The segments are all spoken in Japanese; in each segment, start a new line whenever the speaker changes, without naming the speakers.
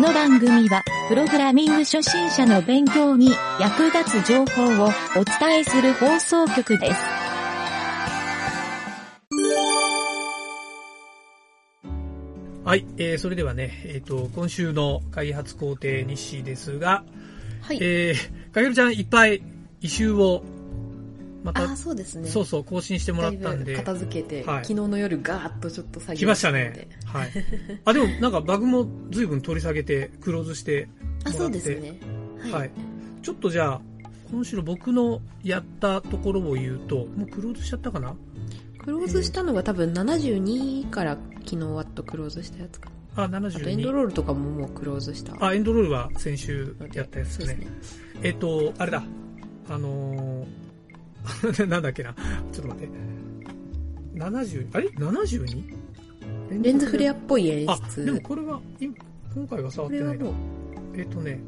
の番組は、プログラミング初心者の勉強に役立つ情報をお伝えする放送局です。
はい、えーそれではね、えっ、と、今週の開発工程日誌ですが、
はい。
えー、かげるちゃんいっぱい異臭を、ま
あ
た、
ーそうですね。
そうそう、更新してもらったん
だいぶ
で、
片付けて、
はい
昨日の夜ガーッとちょっと作業
来ました
ので
ね。はい。あ、でもなんかバグも随分取り下げて、クローズして、
あ、そうですね。はい。
はい。ちょっとじゃあ、今週の僕のやったところを言うと、もうクローズしちゃったかな
クローズしたのが多分72から昨日ワッとクローズしたやつかな。
あ、
あとエンド
72。
ロールとかももうクローズしたので。
あ、エンドロールは先週やったやつ
そうで
ですね
す。ね。
えっと、あれだ。あのー、 なんだっけな。ちょっと待って。70、あれ ?72?
レンズフレア
プ
っぽい演
あ、でも
出。
これは、今今回は触
こ
って
れ
な
はい
な
も。う、
えっとね、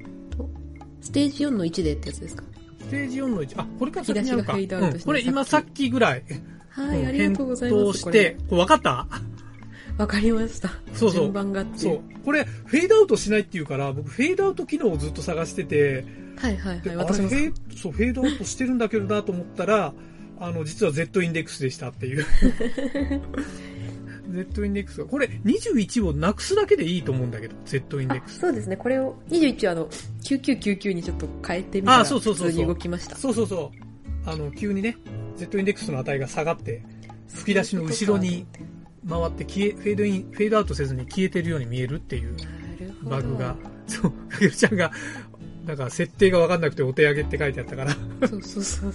ステージ4の1でってやつですか
ステージ4の1、あ、これから先にあるか。
引き出しがフェードアウト
うん
して
これ今さ
さ
っ
っ
きぐらい、
はい、
うん
ありがとうござい
返
ま
答
す。
し
こ
て
れ、
これ分かった
わかりました。
そうそう
順番があって。
そう。これ、フェードアウトしないっていうから、僕、フェードアウト機能をずっと探してて、
はいはい
で
はい。
あれ
私
フ
もそう
ェーそうフェードアウトしてるんだけどなと思ったら、あの、実は Z インデックスでしたっていう。Z インデックスが、これ21をなくすだけでいいと思うんだけど、Z インデッ
あ
クス。
そうですね、これを、21はあの、9999にちょっと変えてみた
あ
ら、
そうそう
普
そうそう
通に動きました。
そうそうそう。あの、急にね、Z インデックスの値が下がって、吹き出しの後ろに回って消え、フェードイン、フェードアウトせずに消えてるように見えるっていう
なるほど。
バグが。そう、かげるちゃんが、なんか設定がわかんなくてお手上げって書いてあったから。
そうそうそうそう。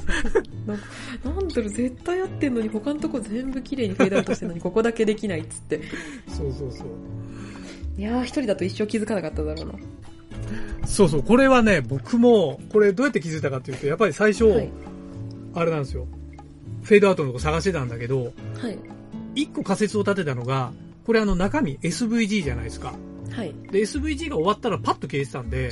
なんかなんだろう、絶対合ってんのに、他のとこ全部綺麗にフェードアウトしてんのに、ここだけできないっつって。
そうそうそう。
いやー、一人だと一生気づかなかっただろうな。
そうそう、これはね、僕も、これどうやって気づいたかっていうと、やっぱり最初、
はい。
あれなんですよ。フェードアウトのとこ探してたんだけど、
はい。
一個仮説を立てたのが、これあの中身 SVG じゃないですか。
はい。
で、SVG が終わったらパッと消えてたんで、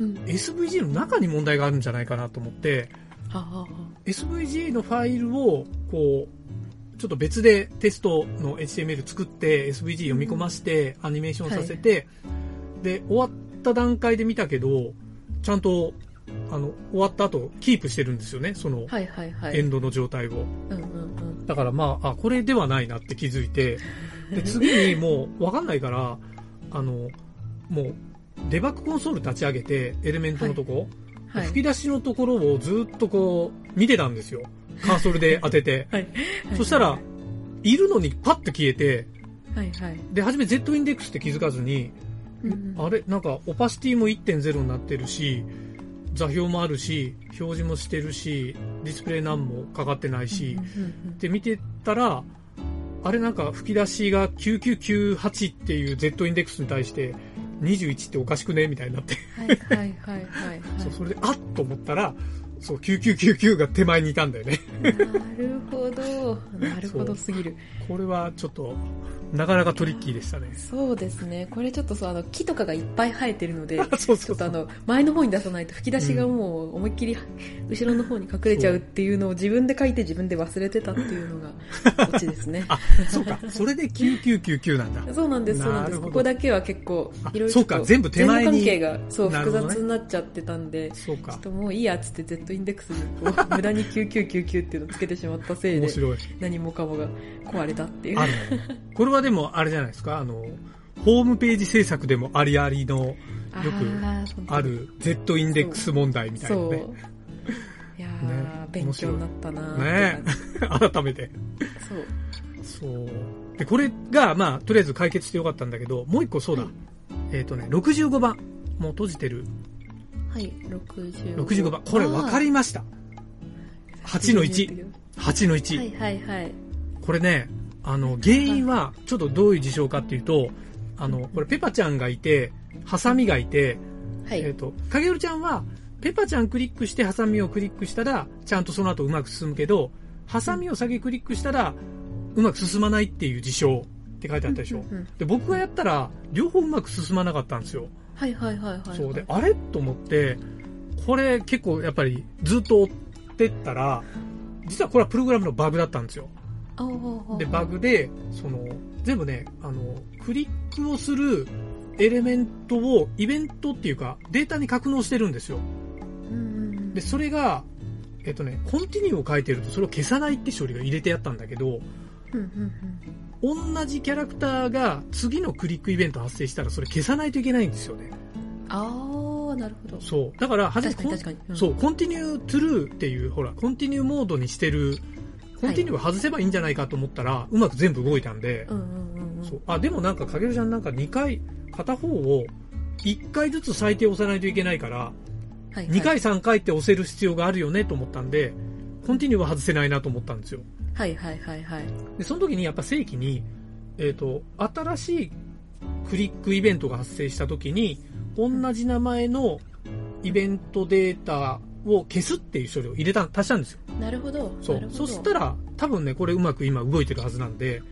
うん。
SVG の中に問題があるんじゃないかなと思って、
はあは
SVG のファイルを、こう、ちょっと別でテストの HTML 作って、SVG 読み込まして、アニメーションさせて、で、終わった段階で見たけど、ちゃんと、あの、終わった後、キープしてるんですよね、その
あ、はいはいはい。
エンドの状態を。
うんうんうん。
だからまあ、あ、これではないなって気づいて、で、次にも う、わかんないから、あの、もう、デバッグコンソール立ち上げて、エレメントのとこ、
はい。。
吹き出しのところをずっとこう、見てたんですよ。カーソルで当てて
はい。
そしたら
は、
いるのにパッと消えて、
いはい。
で、初め Z インデックスって気づかずに、
うんうん
あれ、なんかオパシティも1.0になってるし、座標もあるし、表示もしてるし、ディスプレイなんもかかってないし、
うんうん
で見てたら、あれなんか吹き出しが9998っていう Z インデックスに対して、21っておかしくねみたいになって、
うんはいはいはいはいはい。
そうそれで、あっと思ったら、そう、9999が手前にいたんだよね。
なるほど。なるほどすぎる。
これはちょっと、なかなかトリッキーでしたね。
そうですね。これちょっとそう、あの、木とかがいっぱい生えてるので、
そう
ち
そ
ょ
う
っと
そ
あ
う。。
の、前の方に出さないと吹き出しがもう思いっきり後ろの方に隠れちゃうっていうのを自分で書いて自分で忘れてたっていうのが、オチですね
あ、そうか。それで9999なんだ。
そうなんです、そうなんで
なる
す。
ほど
ここだけは結構
あ、
いろいろ
そうか全部手前に
関係が、そう、
なる
複
ほどね
雑になっちゃってたんで、ち
そう
ょ
か
っ。ともういいやっつって Z インデックスにこう無駄に9999っていうのをつけてしまったせい
面
で、
白い。
何もかもが壊れたっていう。
あるね。これはでも、あれじゃないですか。あの、ホームページ制作でもありありの、よく
あー
ある Z インデックス問題みたいな
そう
ね。。
いや
ね
ー、勉強になったなー
ね
って感
改めて。
じそう。
そう。で、これが、まあ、とりあえず解決してよかったんだけど、もう一個そうだ。えっとね、65番。もう閉じてる。
はい、65。
65番。これ分かりました。8の1。8の1。
はいはいはい。
これね、あの、原因は、ちょっとどういう事象かっていうと、あの、これ、ペパちゃんがいて、ハサミがいて、
は
えっ
い。
と、かげるちゃんは、ペパちゃんクリックして、ハサミをクリックしたら、ちゃんとその後うまく進むけど、ハサミを下げクリックしたら、うまく進まないっていう事象って書いてあったでしょ。
うんうんうん
で、僕がやったら、両方うまく進まなかったんですよ。
はいはいはいはい。
そうで、あれと思って、これ結構やっぱりずっと追ってったら、実はこれはプログラムのバグだったんですよ。
あー、
で、バグで、その、全部ね、あの、クリックをするエレメントをイベントっていうかデータに格納してるんですよ。
うん
で、それが、えっとね、コンティニューを書いてるとそれを消さないって処理が入れてあったんだけど、
うんうん
同じキャラクターが次のクリックイベント発生したらそれ消さないといけないんですよね。
ああなるほど
そう。だから、初め
確か
て
に
コン
確かに、ん
そう、コンティニュートゥルーっていう、ほら、コンティニューモードにしてる、コンティニューを外せばいいんじゃないかと思ったら、うまく全部動いたんで、
うんうんうんうん
そう。あ、でもなんか、かげるちゃんなんか2回、片方を1回ずつ最低押さないといけないから、
はいはい
2回3回って押せる必要があるよねと思ったんで、コンティニューは外せないなと思ったんですよ。
はいはいはいはい
で、その時にやっぱ正規に、えっ、と、新しいクリックイベントが発生した時に、同じ名前のイベントデータを消すっていう処理を入れた、足したんですよ。
なるほど
そ
なる
う。
ほ
そ
ど
したら、多分ね、これうまく今動いてるはずなんで、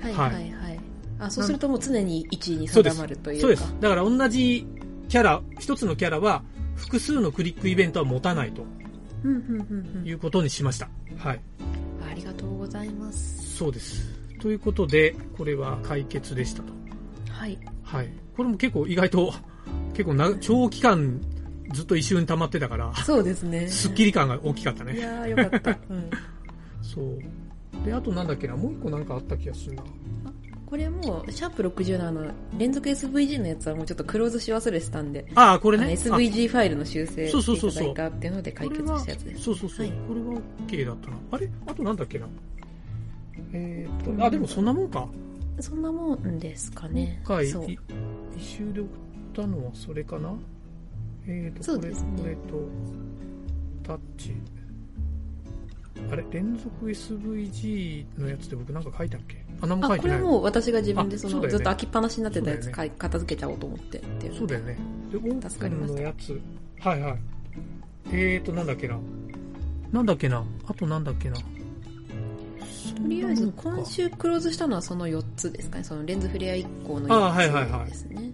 はいはいはい、あそうするともう常に1位に
そうで
定
す
まるというか
そうです。だから同じキャラ、一つのキャラは、複数のクリックイベントは持たないと
うんうんうん
いううことにしました。はい。
んありがとうございます
そうです。ということで、これは解決でしたと。
はい
はい。これも結構意外と、結構な、長期間ずっと一瞬溜まってたから、
そうですね
スッキリ感が大きかった
い
ね。
やーよかった、うん、
そう。で、あとなんだっけな、もう一個なんかあった気がするな。
これもうシャープ67の連続 SVG のやつはもうちょっとクローズし忘れてたんで、
ああ、これ
あ
ね。
の SVG ファイルの修正
そうそう
し
そ
て
う
い
そ
ただ
う
いたっていうので
あ
解
これ
決
は
したやつです
そうそうそう。
はい
これは OK だったな。あれあとなんだっけな。えーっ
うん
と、あ、でもそんなもんか。
そんなもんですかね
今回、
そう
い一周で送ったのはそれかなえーと、
そう
これ、
ですね
これと、タッチ。あれ連続 SVG のやつで僕なんか書いたっけあ、何も
あ
書いて
これ
ない。
はもう私が自分でそ
あそ
の
うだよね
ずっと空きっぱなしになってたやつ
そうだ
かい片付けちゃおうと思ってっていう
そうだよね。で、オー
助か
プ
りま
ン
し
の
た
やつ。はいはい。えーと、なんだっけな。なんだっけな。あとなんだっけな。と
とりあえず今週クローズしたのはその4つですかねそのレンズフレア1個の
あはいはいは
4
い
つですね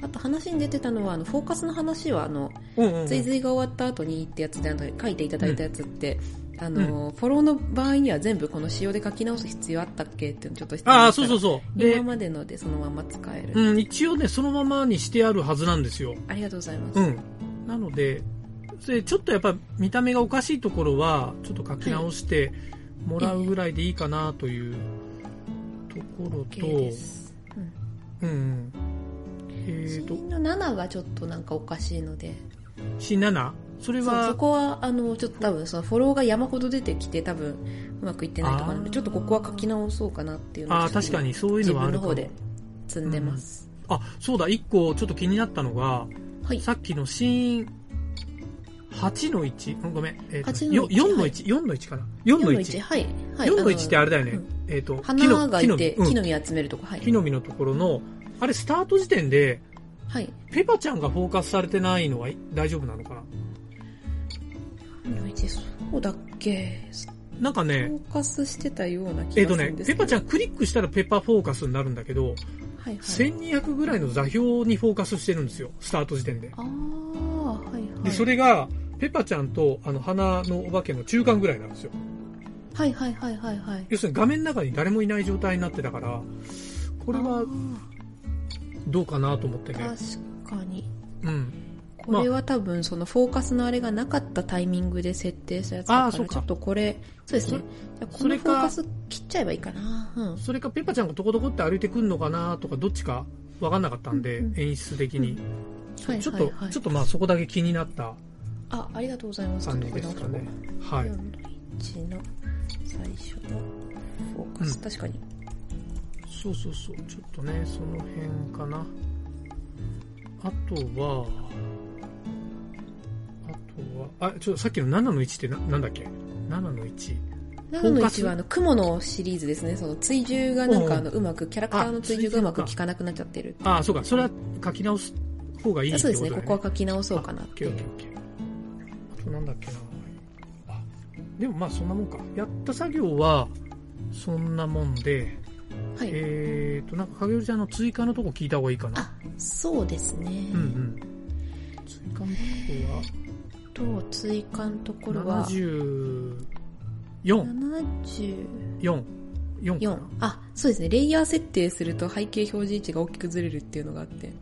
あ,、と話に出てたのはあのフォーカスの話はあの
うんうんうん。
追随が終わった後にってやつであの書いていただいたやつって、あのフォローの場合には全部この仕様で書き直す必要あったっけっていうのちょっと質問
ああ、そうそう
し
そう。
たら
で
今、までのでそのまま使える、
うん、一応ね、そのままにしてあるはずなんですよ。
ありがとうございます、
うん。なので、それちょっとやっぱ見た目がおかしいところは、ちょっと書き直してもらうぐらいでいいかなというところと、
OK です、うん
うんうん。え
シ
っ、と
ー、ンの7がちょっとなんかおかしいので
C7? それ
そうそ
は、
こはあのちょっと多分そのフォローが山ほど出てきて多分うまくいってないとかなので
あー
ちょっとここは書き直そうかなっていうのを
ああ、
ちょっと
確かにそういう
自
のはあ
分
る
の
かも
方で積んでます、
あ、そうだ、一個ちょっと気になったのが、
はい
さっきのシーン8の1、うんごめん、えーと
8
よ
の1
4の1、4の1かな ?4 の1。
はい、はい、
4の1ってあれだよね。
うん
えっ、と、
花がいて
木の,、う
木
ん、
の実集めるとこはい
木の実のところの、あれスタート時点で、
はい
ペパちゃんがフォーカスされてないのは大丈夫なのかな
木の実そうだっけ
なんか
フ
ね、
ォーカスしてたような
え
気
っ、
が
と
する
ね
ん、です
ペパちゃ
ゃん
んクリックしたらペッパーフォーカスになるんだけ
は
ど、
いはい
1200ぐらいの座標にフォーカスしてるんですよ、スタート時点で。
ああはいはい
で、それが、ペパちゃんとあの花のお化けの中間ぐらいなんですよ。
はいはいはいはいはい
要するに画面の中に誰もいない状態になってたから、こ
こ
れはどうかなと思ってね。
確かに
うん。
これは多分そのフォーカスのあれがなかったタイミングで設定したやつだ
あー
か
そ
ら
うか
ちょっとこれそうですねじゃあ
そ
こ
れ
の
か
フォーカス切っちゃえばいいかなうん
それかペパちゃんがとことこって歩いてくんのかなとか、どっちかわかんなかったんで、
うんうん
演出的に。
はい
ちょっ
は
と、
いはい
ちょっとまあそこだけ気になった
あありがとうございます
感じですかね。は
4
い。
の1の最初のフォーカス、
うん
確かに
そうそうそう。ちょっとね、その辺かな。あとは、あとは、あ、ちょっとさっきの7の1ってな、なんだっけ ?7 の1。
7の
フォーカス
1はあの雲のシリーズですねその追従がなんかあのうまくキャラクターの追従がうまく
あ追従か
効かなくなっちゃってる
ああ、そうか。それは書き直す方がいいって
そう
こ
ですね
とだよね。
ここは書き直そうかなっ
オッ
て
ケ
い
ー
う
オッケーオッケー。あとなんだっけな。あ、でもまあそんなもんか。やった作業は、そんなもんで、
はい、
えーと、なんか影織ちゃんの追加のとこ聞いた方がいいかな。
あそうですね、
うんうん。追加の
と追加のとことろ
こは、
は
74、
74
4。 4か
4
な
あそうですねレイヤー設定すると背景表示位置が大きくずれるっていうのがあって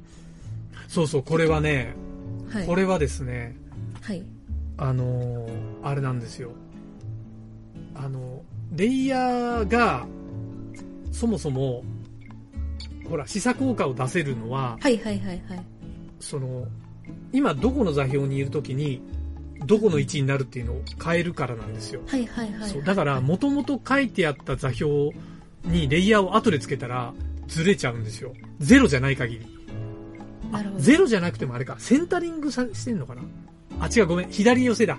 そうそうこれはね、
はい
これはですね
はい
あのーあれなんですよあのレイヤーがそもそもほら示唆効果を出せるのは
はいはいはいはい
その今どこの座標にいるときにどこの位置になるっていうのを変えるからなんですよ
はいはいはい
そうだからもともと書いてあった座標にレイヤーを後でつけたらずれちゃうんですよゼロじゃない限りあ
なるほど
ゼロじゃなくてもあれかセンタリングさしてんのかなあ違うごめん左寄せだ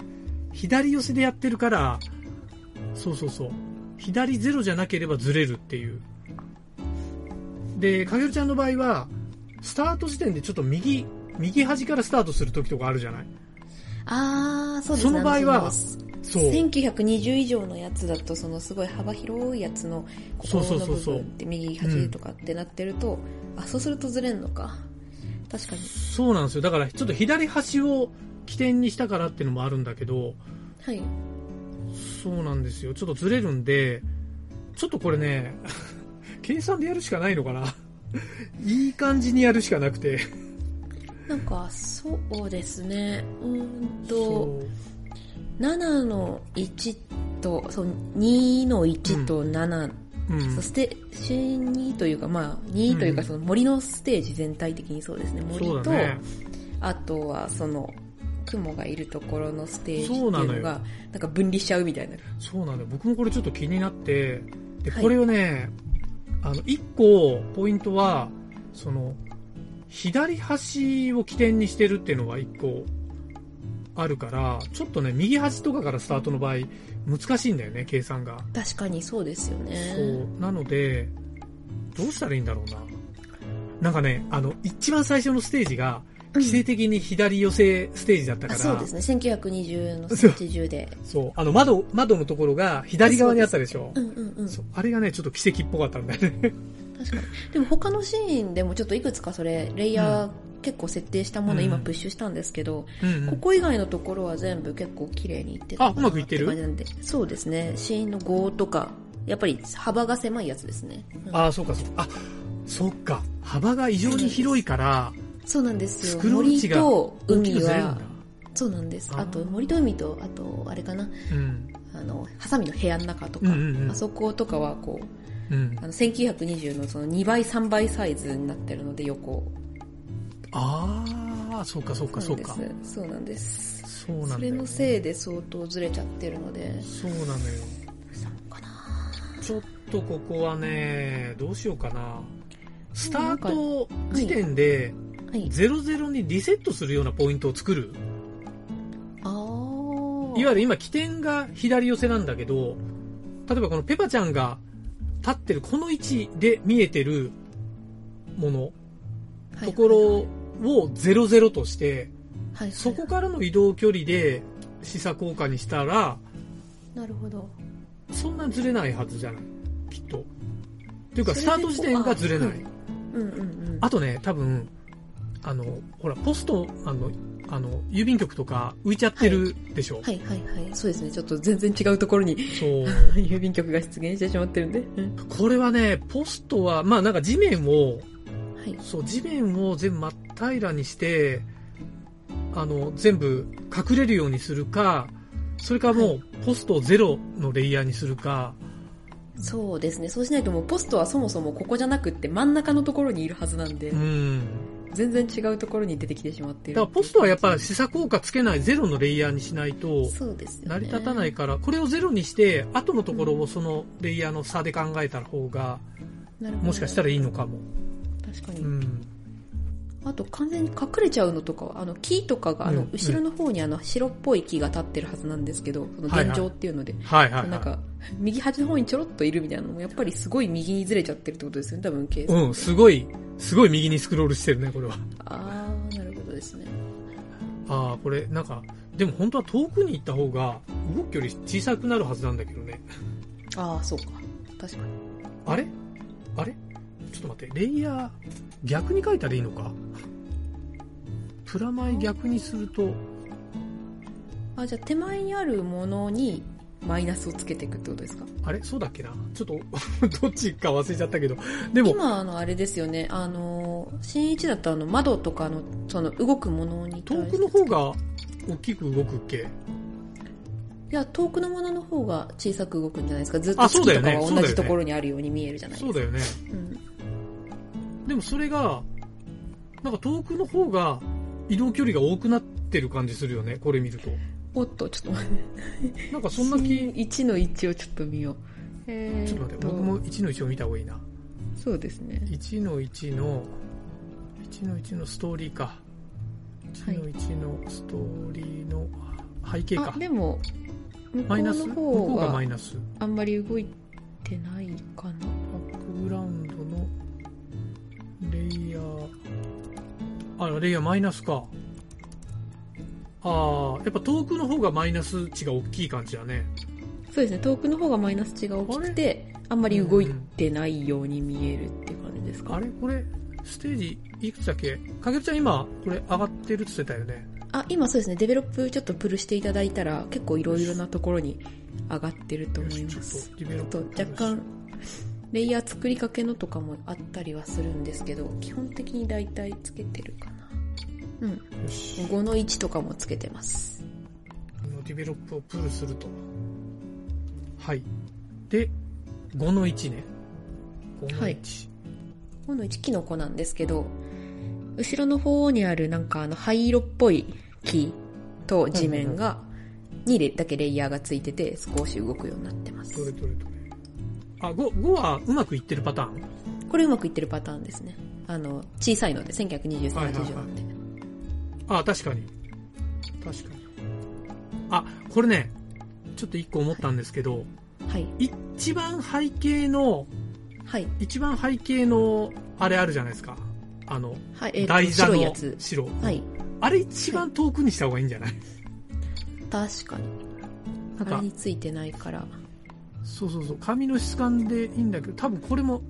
左寄せでやってるからそうそうそう左ゼロじゃなければずれるっていうでかげるちゃんの場合はスタート時点でちょっと右右端からスタートする時とかあるじゃない
ああそうです
その場合は
その
そう
1920以上のやつだとそのすごい幅広いやつのここ
そう
の
そうそう
部
そう
分って右端とかってなってると、あそうするとずれんのか確かに
そうなんですよだからちょっと左端を起点にしたからっていうのもあるんだけど
はい
そうなんですよちょっとずれるんでちょっとこれね計算でやるしかないのかないい感じにやるしかなくて
なんかそうですねうーんと
そう
7の1とそう2の1と7、
うん
そして2というかまあ2というか
うん
その森のステージ全体的にそうですね森
そう
と、
だね
あとはその雲がいるところのステージってい
そう
う
なのよ
のがなんか分離しちゃうみたいな
そうなんだよ僕もこれちょっと気になってで
はい
これをね、あの1個ポイントはその左端を起点にしてるっていうのが1個あるからちょっとね右端とかからスタートの場合難しいんだよね計算が、
確かにそうですよね
そうなのでどうしたらいいんだろうななんかねあの一番最初のステージが
うん
規制的に左寄せステージだった
あ
から、
そうですね1920のステージ中で
そうあの窓窓のところが左側にあったでしょ
うんうんうん
そうあれがね、ちょっと奇跡っぽかったんだ よね。
確かにでも他のシーンでもちょっといくつかそれレイヤー結構設定したもの
うん
今プッシュしたんですけど、
うん
ここ以外のところは全部結構綺麗にいって
あうまくいってる
感じなんでそうですねシーンの5とかやっぱり幅が狭いやつですね、うん
ああ、そうか、そうか。あ、そっか。幅が異常に広いから、
そうなんですよ
作る位置
森
が
と
大き
海
くずれるん
は
だ。
そうなんです
あー
あと森と海とあとあれかな
うん。
あのハサミの部屋の中とか、
うんうんうん
あそことかはこう
うん
あ。の1920のその2倍3倍サイズになってるので横
ああ、そうか、そうか、そうか。
そうなんです
そ
そう
う
なんです
な
そ
んだ
れ
よ、
の
ね。
せいで相当ずれちゃってるので
そうなのよ。
かな
ちょっとここはね、どうしようかな。スタート
か
時点で、
はい
00にリセットするようなポイントを作る。
ああ
いわゆる今、起点が左寄せなんだけど、例えばこのペパちゃんが立ってるこの位置で見えてるもの、ところを00として、
はい
そ
は
こ
い
からの移動距離で示唆効果にしたら、
なるほど
そんなずれないはずじゃないきっと。というか、
それで
スタート時点がずれない
こ。うんうんうん
あとね、多分、あの、ほら、ポスト、あの、あの、郵便局とか浮いちゃってるでしょ。
はいはいはいそうですねちょっと全然違うところに
そう。
郵便局が出現してしまってるんで、うん
これはね、ポストは、まあなんか地面を、
はい
そう、地面を全部真っ平らにして、あの、全部隠れるようにするか、それかもう、ポストをゼロのレイヤーにするか、
そうですねそうしないともうポストはそもそもここじゃなくって真ん中のところにいるはずなんで、
うん。
全然違うところに出てきてしまってい
だ
る
からポストはやっぱ、試作効果つけないゼロのレイヤーにしないと、
そうですよね
成り立たないから、これをゼロにして、後のところをそのレイヤーの差で考えた方が、
なるほど
もしかしたらいいのかも。
確かに、
うん。
あと完全に隠れちゃうのとかはあの木とかがあ
う
の
ん
後ろの方にあの白っぽい木が立ってるはずなんですけどその
はいはい
現状っていうので、
はいはい、
なん
はい。
か右端の方にちょろっといるみたいなのもやっぱりすごい右にずれちゃってるってことですよね多分計算
うん、すごい、すごい右にスクロールしてるね、これは。
ああなるほどですね
ああこれなんかでも本当は遠くに行った方が動く距離小さくなるはずなんだけどね
ああそうか確かに
あれあれちょっと待ってレイヤー逆に書いたらいいのかプラマイ逆にすると
あじゃあ手前にあるものにマイナスをつけていくってことですか
あれそうだっけなちょっと どっちか忘れちゃったけどでも
今あのあれですよねあの新一だとあの窓とかのその動くものに対
遠
して
くの方が大きく動くっけ
いや遠くのものの方が小さく動くんじゃないですかずっ
あ
と
そう
月
だよ
と
ね
かは
そ
同
うだよね
じところにあるように見えるじゃない
そ
で
う
すか
だよね
うん
でもそれがなんか遠くの方が移動距離が多くなってる感じするよねこれ見ると
おっとちょっと待って
なんかそんな気
1の1をちょっと見ようえー
ちょっと待って僕も1の1を見た方がいいな
そうですね
1の1の1の1のストーリーか1の1のストーリーの背景か
あでも向こ
マ
う
イナス
の
向こ
方
うがマ
は
イナス
あんまり動いてないかな
バックグラウンドのレイヤーあレイヤーマイナスかああやっぱ遠くの方がマイナス値が大きい感じだね
そうですね遠くの方がマイナス値が大きくてあんまり動いてないように見えるっていう感じですか
あれこれステージいくつだっけかげるちゃん今これ上がってるって言ってたよね
あ今そうですねデベロップちょっとプルしていただいたら結構いろいろなところに上がってると思いま
よし
す
ちょっとデベロッ
あと
プ
若干レイヤー作りかけのとかもあったりはするんですけど基本的に大体つけてるかなうん
よし
5の1とかもつけてます
このディベロップをプルするとはいで5の1ね5の1、
はい5の1キノコなんですけど後ろの方にあるなんかあの灰色っぽい木と地面が2だけレイヤーがついてて少し動くようになってま
どれ
す
どれどれあ 5, 5はうまくいってるパターン
これうまくいってるパターンですねあの小さいので1923
はいはいはい
以上なんで
あ確かに確かにあこれねちょっと1個思ったんですけど、
はい
一番背景の
はい
一番背景のあれあるじゃないですかあの
はいえーと
台座
白い
の
やつ
白
はい
あれ一番遠くにした方がいいんじゃない、
確かに
なん
あ
か
れについてないから
そうそうそう紙の質感でいいんだけど多分これも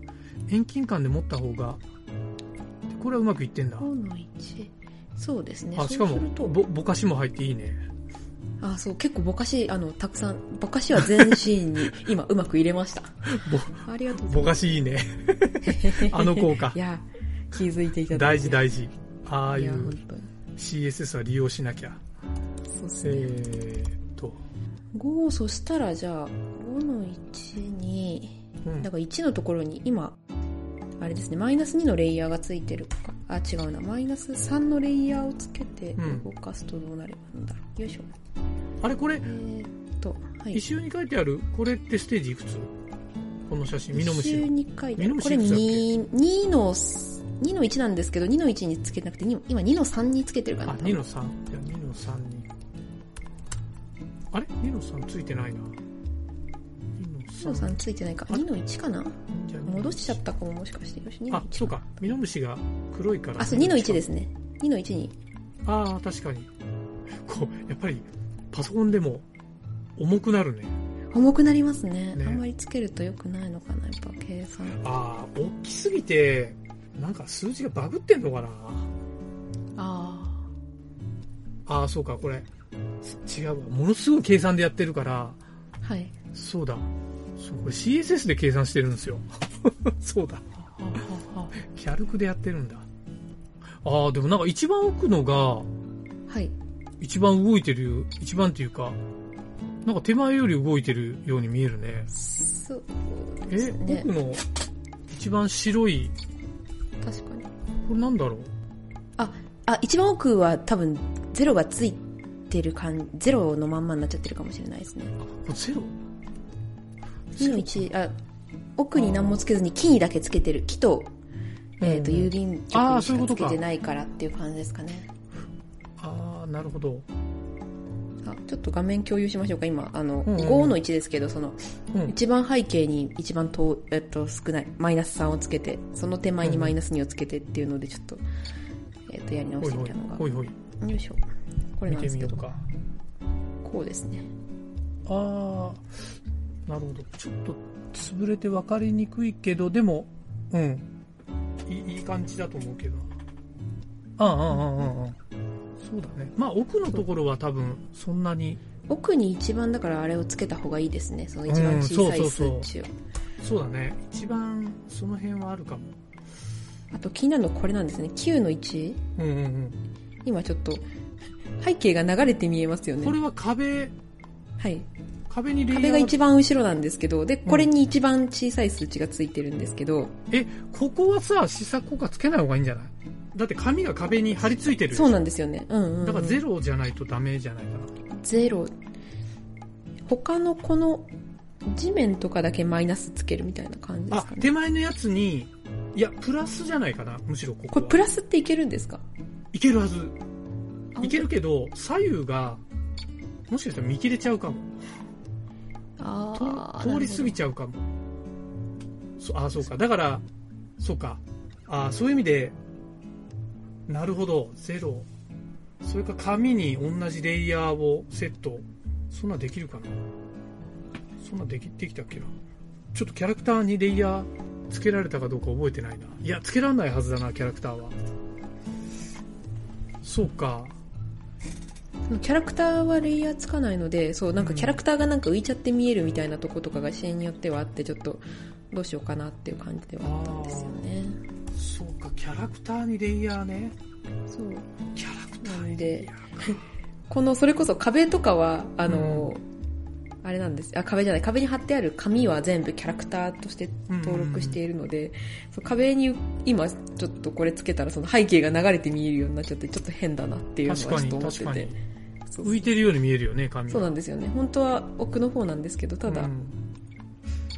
遠近感で持った方がでこれはうまくいってんだ
5の1そうですね
あしか
そ
も
うすると
ぼぼかしも入っていいね
あそう結構ぼかしあのたくさんぼかしは全シーン に今うまく入れましたありがとうござ
ぼ
い
ぼ
ま
か
す
しいい ねあの効果
いや気づいていただ
大
いて
事大事ああい
いや
う
本当に
CSS は利用しなきゃ
そうです
え
ね
ー、っと、
5そしたらじゃあ5の1に
うん
だ、から1のところに今あれですねマイナス2のレイヤーがついてるかあ違うなマイナス3のレイヤーをつけて
うん
動かすとどうなればいいんだろう、よいしょ
あれこれ
えー、っとはい
一周に書いてあるこれってステージいくつこの写真ミノムシの
2回
ミノムシ
これ
いくつだっけ
2の2の1なんですけど2の1につけてなくてに今2の3につけてるか
あ
な
2の3じゃあ2の3にあれ2の3ついてないな2の
2の
3
3ついてないか
あ
2の1かな
じゃあ2の
戻しちゃったかももしかしてよし2の
あ
1
そうかミノムシが黒いから
あそう2の1ですすね2の1に
ああ確かにこうやっぱりパソコンでも重くなるね
重くなりますね
ね
あんまりつけると良くないのかなやっぱ計算
ああ大きすぎてなんか数字がバグってんのかな
あ
ああそうかこれ違うわものすごい計算でやってるから
あはい
そうだそうこれ CSS で計算してるんですよ そうだキャルクでやってるんだああでもなんか一番奥のが
はい
一番動いてる一番っていうかなんか手前より動いてるように見えるね
そう
え、
ですね
奥の一番白い
確かに
これなんだろう
あ一番奥は多分ゼロがついてる感ゼロのまんまになっちゃってるかもしれないですね
あこれゼロ
2の1あ奥に何もつけずに木にだけつけてる木と,、えー、と
うんうん
郵便局
あー
に
そうい
しか
うこと
つ
か
けてないからっていう感じですかね
ああなるほど、
あちょっと画面共有しましょうか今あの、
うんうん
5の1ですけどその
うん、
一番背景に一番遠、えっと、少ないマイナス3をつけてその手前にマイナス2をつけてっていうのでちょっと,、えっとやり直
ほ
し
い
てみ
ほい
たのが
ほいほい
よいしょこれ
見
なんで
て
す
み
けど
ようか
こうですね
ああ、なるほど。ちょっと潰れて分かりにくいけど、でも、うん。いいいい感じだと思うけど。ああ、ああ、ああ、ああ。そうだね。まあ、奥のところは多分、そんなに
奥に一番だからあれをつけた方がいいですね。その一番小さい数値を。
そうだね。一番その辺はあるかも。
あと気になるのこれなんですね。9の 1?
うんうんうん。
今ちょっと背景が流れて見えますよね。
これは壁、
はい。
壁にレイヤー
壁が一番後ろなんですけど、で、これに一番小さい数値がついてるんですけど、
え、ここはさ、試作効果つけない方がいいんじゃないだって紙が壁に貼り付いてる。
そうなんですよね。うんうん、うん。
だからゼロじゃないとダメじゃないかな。
ゼロ。他のこの地面とかだけマイナスつけるみたいな感じです
あ
か、ね。
手前のやつに、いや、プラスじゃないかな、むしろここは。
これプラスっていけるんですか
いけるはず。
あ
いけるけど、左右が、もしかしたら見切れちゃうかも。と
あー
通り過ぎちゃうかも。そあ、そうか。だから、そうか。あそういう意味で、なるほど、ゼロ。それか紙に同じレイヤーをセット。そんなんできるかなそんなんでき、できたっけなちょっとキャラクターにレイヤーつけられたかどうか覚えてないな。いや、つけられないはずだな、キャラクターは。そうか。
キャラクターはレイヤーつかないので、そう、なんかキャラクターがなんか浮いちゃって見えるみたいなとことかが支援によってはあって、ちょっとどうしようかなっていう感じではあったんですよね。
そうか、キャラクターにレイヤーね。
そう。
キャラクタ
な
ー
ん
に
で、この、それこそ壁とかは、あの、あれなんです。あ、壁じゃない。壁に貼ってある紙は全部キャラクターとして登録しているので、そう壁に今ちょっとこれつけたらその背景が流れて見えるようになっちゃって、ちょっと変だなっていうのはち
確
ょ
か
っ
に
と思っ
確
て
か
て
に。
そう
浮いてるように見えるよね髪
そうなんですよね。本当は奥の方なんですけど、ただ、
うん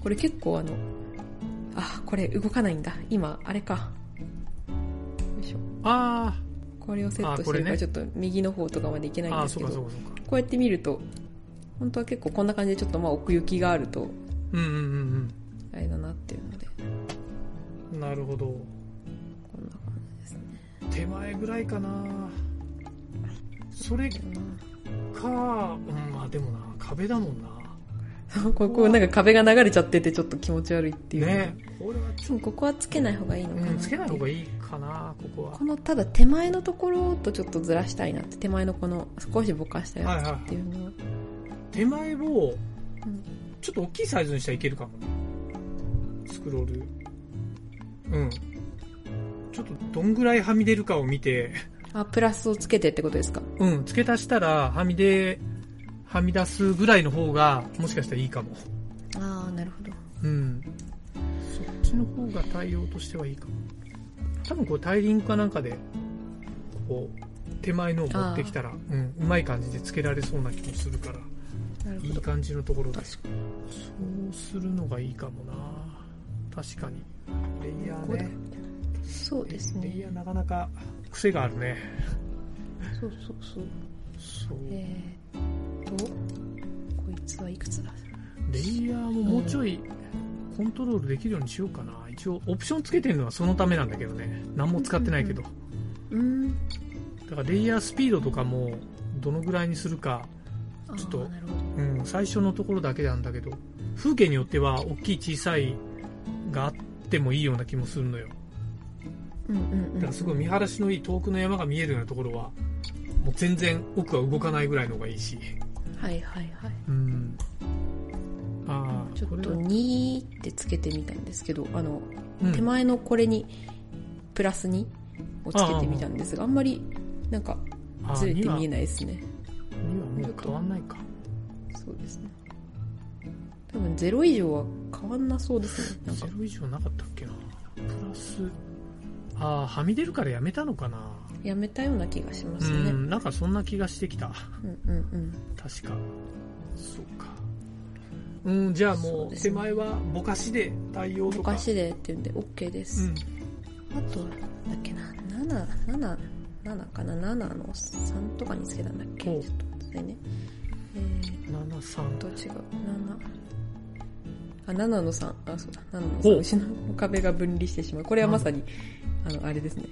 これ結構あの、あ、これ動かないんだ。今、あれか。よいしょ。
あ
これをセットしてるか
あこれね
らちょっと右の方とかまでいけな
ー
いん
あ
で
ー
す
そ
け
う
ど、
かそう
こ
かそうか
うやって見ると、本当は結構こんな感じでちょっとまあ奥行きがあると、
うんうんうん
あれだなっていうので、こ
うんなるほど
んな感じですね。
手前ぐらいかなそれか
でも
うんまあでもな壁だもんな
な ここなんか壁が流れちゃっててちょっと気持ち悪いっていう。
ねこれはち
でもここはつけない方がいいの
ょ
かな、
うんつけない方がいいかなここは
このただ手前のところとちょっとずらしたいなって、手前のこの少しぼかしたやつっていうのは
手前を
ん
ちょっと大きいサイズにしたらいけるかもねスクロールうんちょっとどんぐらいはみ出るかを見て
あ、プラスをつけてってことですか
うん、付け足したら、はみ出、はみ出すぐらいの方が、もしかしたらいいかも。
ああ、なるほど。
うん。そっちの方が対応としてはいいかも。多分こう、タイリングかなんかで、こう、手前のを持ってきたら、うん、うまい感じで付けられそうな気もするから、
なるほ
い
ど。
い感じのところで。
確かに。
そうするのがいいかもな確かに。レイヤーね。
そうです
レイ
ね。
ヤーなかなか癖があるね。
そうそうそう。
そう。
えー、っと、こいつはいくつだ
レイヤーももうちょいコントロールできるようにしようかな。一応、オプションつけてるのはそのためなんだけどね。何も使ってないけど。
うん。
だから、レイヤースピードとかも、どのぐらいにするか、
あ
ちょ
ー
っと
なるほど。
うん、最初のところだけなんだけど、風景によっては、大きい小さいがあってもいいような気もするのよ。
うんうん
だ
う
から、
ん。
すごい見晴らしのいい遠くの山が見えるようなところは、もう全然奥は動かないぐらいの方がいいし。
はいはいはい。
うん。ああ、
ちょ
こ
っ
れ
と
は
2ってつけてみたんですけど、あの、
うん
手前のこれに、プラス2をつけてみたんですが、あんまり、なんか、
あー
ずれて見え
には
ないですね。
にはもう変わんないか。
そうですね。多分0以上は変わんなそうですね。なんか
ゼ、ロ以上なかったっけなプラスああはみ出るからやめたのかな
やめたような気がします
う
ね。
んなんかそんな気がしてきた
うんうんうん。
確かそうかうんじゃあ
そう
もう
です
手
ね
前はぼかしで対応と
ぼ
か
かしでっていうんで OK で
う
す。
ん
あとは、だっけな、7、7、7かな、7の3とかにつけたんだっけち
ほ
ょ
う
っと待ってね。えー、
73
と違う、7。あ、7の3。あ、そうだ、7の
ほう
3。後ろの壁が分離してしまう。これはまさに、あの、あれですね。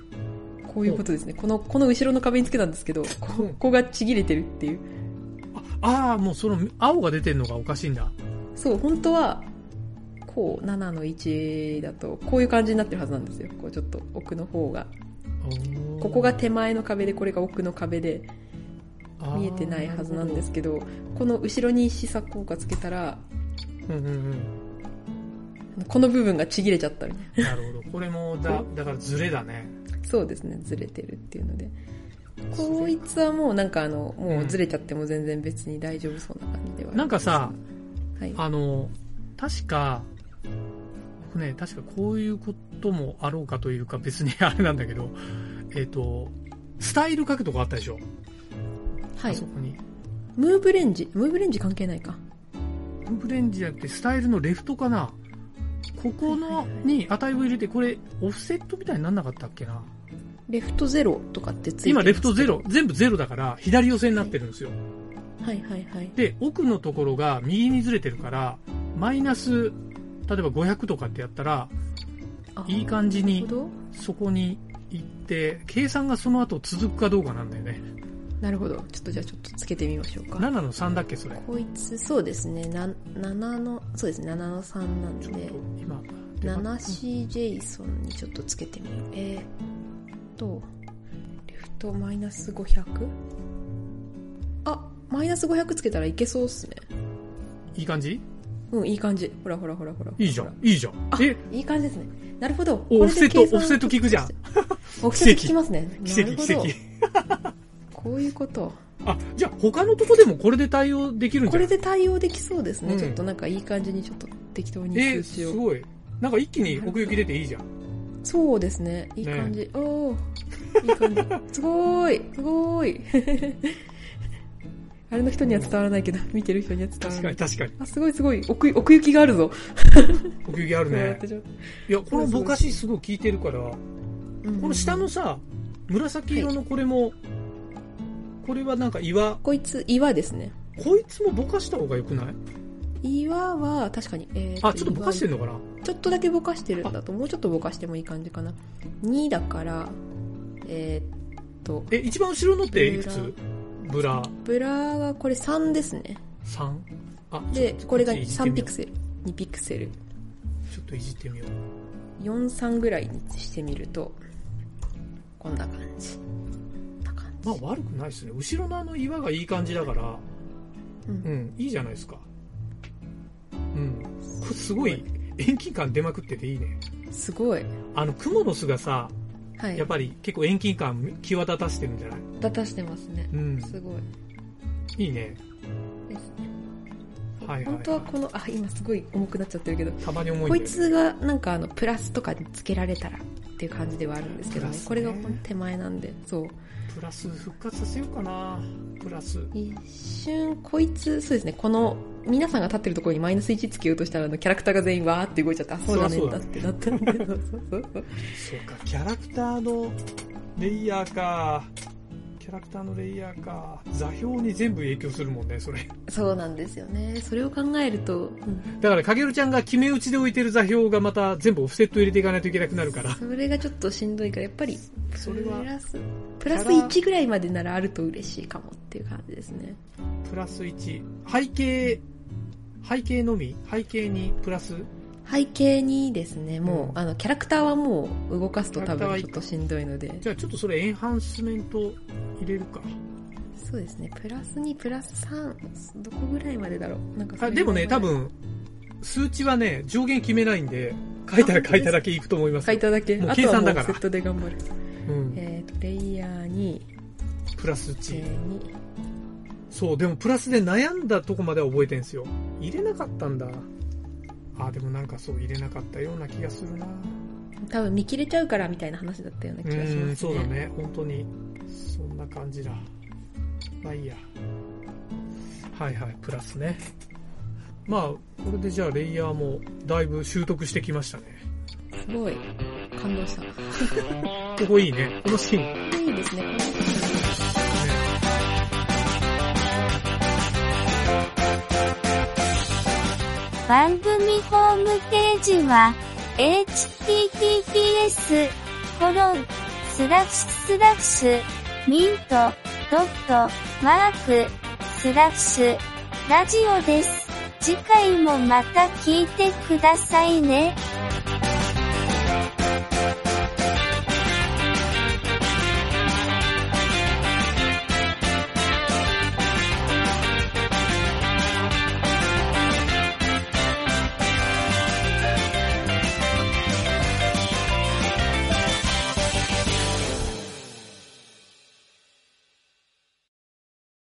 こういうことですね。この、この後ろの壁につけたんですけど、
ほ
こ
う
こがちぎれてるっていう。
ああーもうその青が出てるのがおかしいんだ
そう、本当は、こう、7の1だと、こういう感じになってるはずなんですよ。こう、ちょっと奥の方が。
おー
ここが手前の壁で、これが奥の壁で、見えてないはずなんですけどこの後ろに試作効果つけたら
あーなるほどうんうん
この部分がちぎれちゃったみたい
うんなるほどこれもだだからズレだね
なそうですねずれてるっていうのでこいつはもうなんかあのもうずれちゃっても全然別に大丈夫そうな感じではある
なんかさ
はい
あの確かね確かこういうこともあろうかというか別に あれなんだけどえっ、とスタイル書くとこあったでしょ、
は
あそ
い
こに
ムーブレンジムーブレンジ関係ないか
ブレンジじゃなくてスタイルのレフトかなここ
はいは
の
いはい
に値を入れてこれオフセットみたいになんなかったっけな
レフトゼロとかってついて
今
ますけど
レフトゼロ全部ゼロだから左寄せになってるんですよ、
はいはいはい
で奥のところが右にずれてるからマイナス例えば500とかってやったら
あ
いい感じに
なるほど
そこに行って計算がその後続くかどうかなんだよね
なるほどちょっとじゃあちょっとつけてみましょうか
7の3だっけそれ
こいつそうですねな7のそうですね7の3なん
ちょっと
で
今
7C ジェイソンにちょっとつけてみようえー、っとレフトマイナス 500? あマイナス500つけたらいけそうっすね
いい感じ
うんいい感じほらほらほらほら
いいじゃんいいじゃんえ
いい感じですねなるほど
お
これで計算
オフセットオフセット効 くじゃん
オフセット効きますね
奇跡
なる
奇
ほ
跡
どこういうこと
あじゃあ他のとこでもこれで対応できるんじ
こ
ゃな
れで
い
対応できそうですね、
うん
ちょっとなんかいい感じにちょっと適当に
え
数
ー
字
す
を
ごいなんか一気に奥行き出ていいじゃん
そうですねいい感じ、おおいい感 じすごーいすごーい あれの人には伝わらないけど見てる人には伝わ
確
ら
か
な
に
い
確かに
あすごいすごい奥奥行きがあるぞ、
奥行きある
笑
ね
ってしまった
いやこのぼかしすごい効いてるから
うん
この下のさ紫色のこれもこれはなんか岩
こいつ岩ですね
こいつもぼかした方がよくない
岩は確かに、えー
あちょっとぼかしてんのかな
ちょっとだけぼかしてるんだともうちょっとぼかしてもいい感じかな2だからえーっと
え一番後ろのっていくつブラ
ブラがこれ3ですね
3? あ
で
ちょっと
これが
っちいじって
3
み
ピ
よう
クセル2ピクセル
ちょっといじってみよう
43ぐらいにしてみるとこんな感じこんな感じ、
まあ悪くないですね後ろのあの岩がいい感じだから
う
うんんいいじゃないですかうんこれすごい遠近感出まくってていいね
すごい
あの蜘蛛の巣がさ
はい
やっぱり結構遠近感際立たしてるんじゃない
立たしてますね
うん
すごい
いいね
ですね
はいはい、
本当はこのあ今すごい重くなっちゃってるけど
たまに重いん
こ
だ
い
よね
つがなんかあのプラスとかにつけられたらっていう感じではあるんですけど、ね
プラスね
これがこの手前なんでそう
プラス復活させようかなプラス
一瞬こいつそうですねこの皆さんが立ってるところにマイナス1つけようとしたらあのキャラクターが全員わーって動いちゃってあそうだね
そ
ん
り
だ
ゃ
っ
そ
てなったんでそうそうそう
そうかキャラクターのレイヤーかキャラクターのレイヤーか座標に全部影響するもんねそれ
そうなんですよねそれを考えると、うん
だからかげるちゃんが決め打ちで置いてる座標がまた全部オフセット入れていかないといけなくなるから
それがちょっとしんどいからやっぱり
それは
プラスプラス1ぐらいまでならあると嬉しいかもっていう感じですね
プラス1背景背景のみ背景にプラス
背景にですねもう、
うん
あのキャラクターはもう動かすと多
キャラクターは
分
いい
ちょっとしんどいので
じゃあちょっとそれエンハンスメント入れるか
そうですねプラス2プラス3どこぐらいまでだろうなんかそ
あ
れ
でもね
ぐら
多
いまで
分数値はね上限決めないんで書いたら書いただけいくと思います
書い
よ、
ただけ
もう
あ
計
とは
算
も
だ
う
から
セットで頑張る
うん、
えー、とレイヤーに、
プラス
え
1、
ー、に
そう、でもプラスで悩んだとこまでは覚えてんすよ。入れなかったんだ。あ、でもなんかそう、入れなかったような気がするな。
多分見切れちゃうからみたいな話だったような
う
気がし
ー
ま
ん、
す
そう
ね
だね。本当に。そんな感じだ。まあいいや。はいはい、プラスね。まあ、これでじゃあレイヤーもだいぶ習得してきましたね。
すごい感動した
ここいいね。このシーン。ね
いいですねこの
番組ホームページは、https, コロン、スラッシュスラッシュ、ミント、ドット、マーク、スラッシュ、ラジオです。次回もまた聞いてくださいね。